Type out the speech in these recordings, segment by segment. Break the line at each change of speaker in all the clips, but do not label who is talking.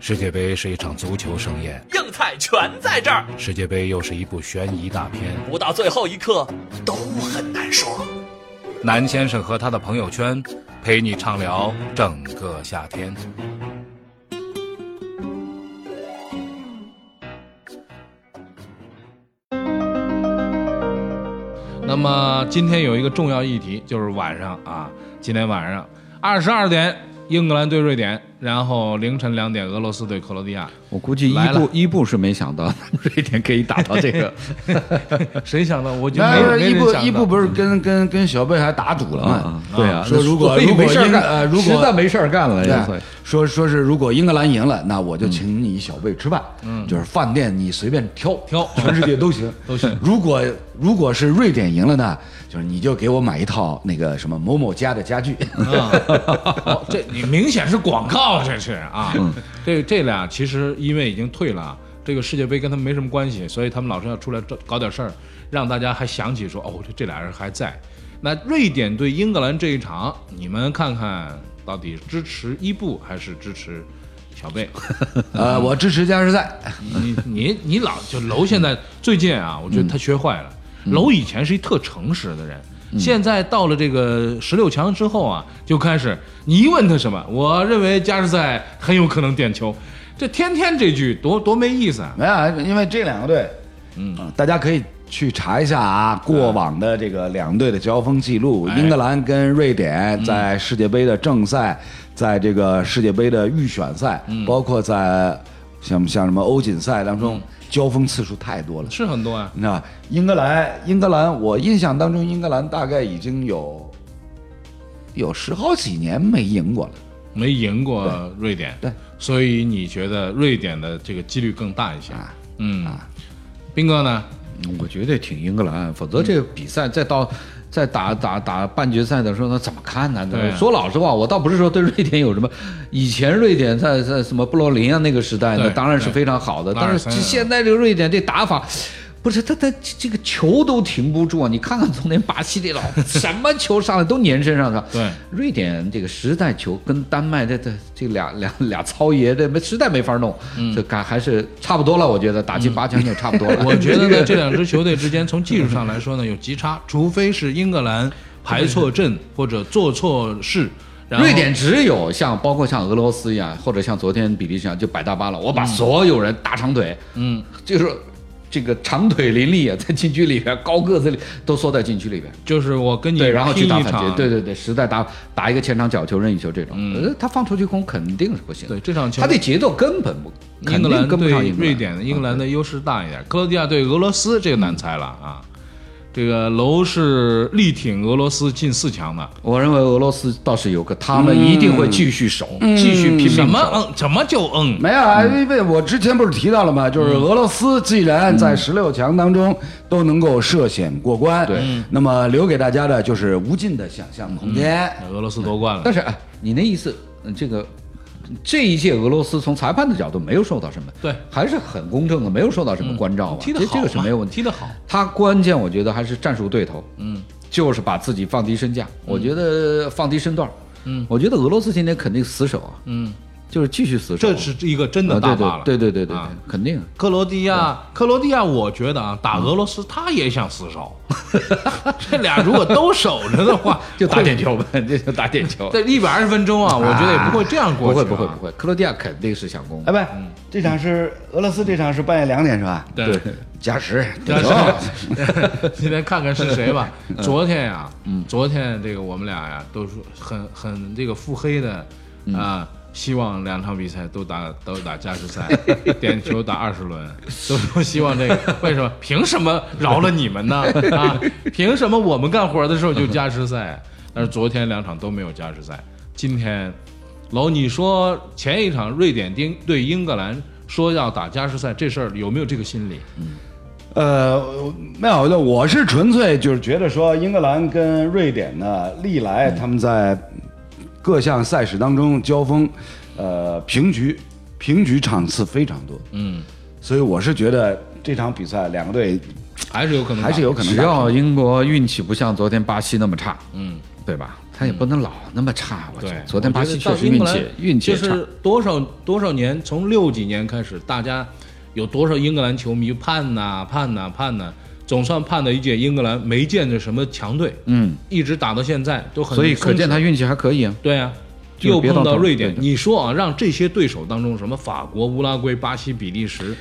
世界杯是一场足球盛宴，
硬菜全在这儿，
世界杯又是一部悬疑大片。
不到最后一刻都很难说。
南先生和他的朋友圈，陪你畅聊整个夏天。
那么今天有一个重要议题，就是晚上啊，今天晚上二十二点，英格兰对瑞典，然后凌晨两点，俄罗斯对克罗地亚。
我估计伊
来
布
了
伊布是没想到 他们这一天可以打到这个，
谁想到？我就没
但
有
是
没
伊布
人想
伊
到
布不是跟跟跟小贝还打赌了吗？
嗯对啊，
说如果
所以
如果
没事儿
英
干
呃如果
实在没事儿干了，就
对
会，
说说是如果英格兰赢了，那
嗯
我就请你小贝吃饭，就是饭店你随便挑
挑
全世界都 行
都行。
如果如果是瑞典赢了呢，就是你就给我买一套那个什么某某家的 家具，
啊， 哦这你明显是广告，这是啊。这这俩其实因为已经退了啊，这个世界杯跟他们没什么关系，所以他们老是要出来搞搞点事儿，让大家还想起说哦，这这俩人还在。那瑞典对英格兰这一场，你们看看到底支持伊布还是支持小贝？
呃，我支持加时赛。
你你你老就楼现在最近啊，我觉得他学坏了。
嗯
楼以前是一特诚实的人，现在到了这个十六强之后啊，就开始你一问他什么，我认为加时赛很有可能点球，这天天这句多多没意思啊！
没有，因为这两个队，嗯，大家可以去查一下啊，过往的这个两队的交锋记录，英格兰跟瑞典在世界杯的正赛，在这个世界杯的预选赛，包括在像像什么欧锦赛当中，交锋次数太多了。
是很多啊，
你知道吧，英格兰，英格兰，我印象当中，英格兰大概已经有有十好几年没赢过了。
没赢过瑞典，
对，
所以你觉得瑞典的这个几率更大一些
啊？
嗯，斌哥呢？
嗯我觉得挺英格兰，否则这个比赛再到再打打打半决赛的时候，那怎么看呢？
对啊
说老实话，我倒不是说对瑞典有什么，以前瑞典在在什么布洛林啊那个时代，那
对
当然是非常好的，
对
但是
拉尔森啊
现在这个瑞典这打法。不是他，他这这个球都停不住啊！你看看从那巴西这老什么球上来都粘身上的。
对
瑞典这个实在球跟丹麦这这这俩俩俩糙爷这没实在没法弄，
嗯
这感还是差不多了。我觉得打进八强也差不 多了。
我觉得呢，这两支球队之间从技术上来说呢有极差，除非是英格兰排错阵或者做错事。然后
瑞典只有像包括像俄罗斯一样，或者像昨天比利时一样，就摆大巴了。我把
嗯
所有人大长腿，嗯，就是这个长腿林立啊，在禁区里边，高个子里都缩在禁区里边。
就是我跟你
对，然后去
拼
打
一
反
场嗯
击，对对对，实在打打一个前场角球、任意球这种，呃，他放出去空肯定是不行的。
对这场球
他的节奏根本不，
英格兰
肯定跟不上
对
英格啊
瑞典，英格兰的优势大一点。克罗地亚对俄罗斯这个难猜了
嗯
啊，这个楼是力挺俄罗斯进四强的。
我认为俄罗斯倒是有个，他
嗯
们一定会继续守，继续拼命
什么
守
嗯？怎么就嗯？
没有啊，因为我之前不是提到了吗？就是俄罗斯既然在十六强当中都能够涉险过关，
对，
那么留给大家的就是无尽的想象空间。
俄罗斯夺冠了
但。是哎，你那意思，嗯这个这一届俄罗斯从裁判的角度没有受到什么，
对嗯
还是很公正的，没有受到什么关照吧？
踢得
这
好
这个是
嘛
没有问题。
踢得好，
他关键我觉得还是战术对头，嗯，就是把自己放低身价，
嗯
我觉得放低身段，嗯，我觉得俄罗斯今天肯定死守啊，嗯，就是继续死守，
这是一个真的
啊
大骂了。
对对对对对对
啊，
肯定。
克罗地
嗯
亚，克罗地亚，我觉得啊，打俄罗斯他也想死守， 这俩如果都守着的话，
就打点球呗，这就打点球。
这一百二十分钟啊，我觉得也不会这样过
不
去、
会
啊
不会不会，克罗地亚肯定是想攻。
哎，不，这场是俄罗斯，这场是半夜两点是吧？
对对。
加时，
加时
对
今天看看是谁吧。昨天呀、昨天这个我们俩呀，都是很很这个腹黑的啊、希望两场比赛都打都打加时赛，点球打二十轮，都说希望这个。为什么？凭什么饶了你们呢？啊，凭什么我们干活的时候就加时赛？但是昨天两场都没有加时赛，今天。老你说前一场瑞典丁对英格兰说要打加时赛这事儿有没有这个心理？
呃，没有，那我是纯粹就是觉得说，英格兰跟瑞典呢，历来他们在各项赛事当中交锋，呃，平局平局场次非常多，嗯，所以我是觉得这场比赛两个队
还是有可能打？
还是有可能
啊只
打
要英国运气不像昨天巴西那么差，嗯，对吧？他也不能老那么差。我觉
对
得，昨天巴西
我觉得
确
到
实
英
运
格兰
气运气
就
也差
是，多少多少年，从六几年开始，大家有多少英格兰球迷盼呐、盼呐、盼呐、总算盼了一届英格兰没见着什么强队，
嗯，
一直打到现在都很
所以可见他运气还可以啊。
对啊，
就是
又
别
碰
到
到
头
瑞典
对。的
你说啊，让这些对手当中什么法国、乌拉圭、巴西、比利时，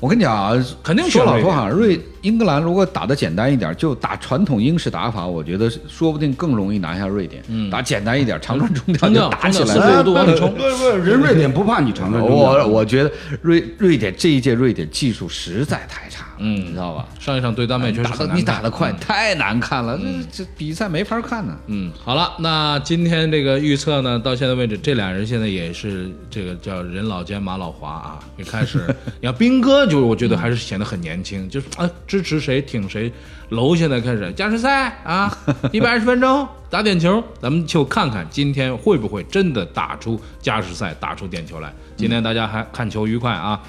我跟你讲啊，
肯定选
说老
瑞
实
典
话，瑞英格兰如果打得简单一点，就打传统英式打法，我觉得说不定更容易拿下瑞典。
嗯
打简单一点，长 传
冲
中调就
掉
打起来
冲掉
了。
四十度往里冲
不是不是，人瑞典不怕你长传中
我我觉得瑞瑞典这一届瑞典技术实在太差了，嗯，你知道吧？
上一场对丹麦确实
打
很
的
难
哎你
看
打得快，太难看了，这这比赛没法看呢。
嗯，好了，那今天这个预测呢，到现在为止，这俩人现在也是这个叫人老奸马老滑啊，也开始。你看斌哥就我觉得还是显得很年轻，就是啊支持谁挺谁。楼现在开始加时赛啊，一百二十分钟打点球，咱们就看看今天会不会真的打出加时赛，打出点球来。今天大家还看球愉快啊！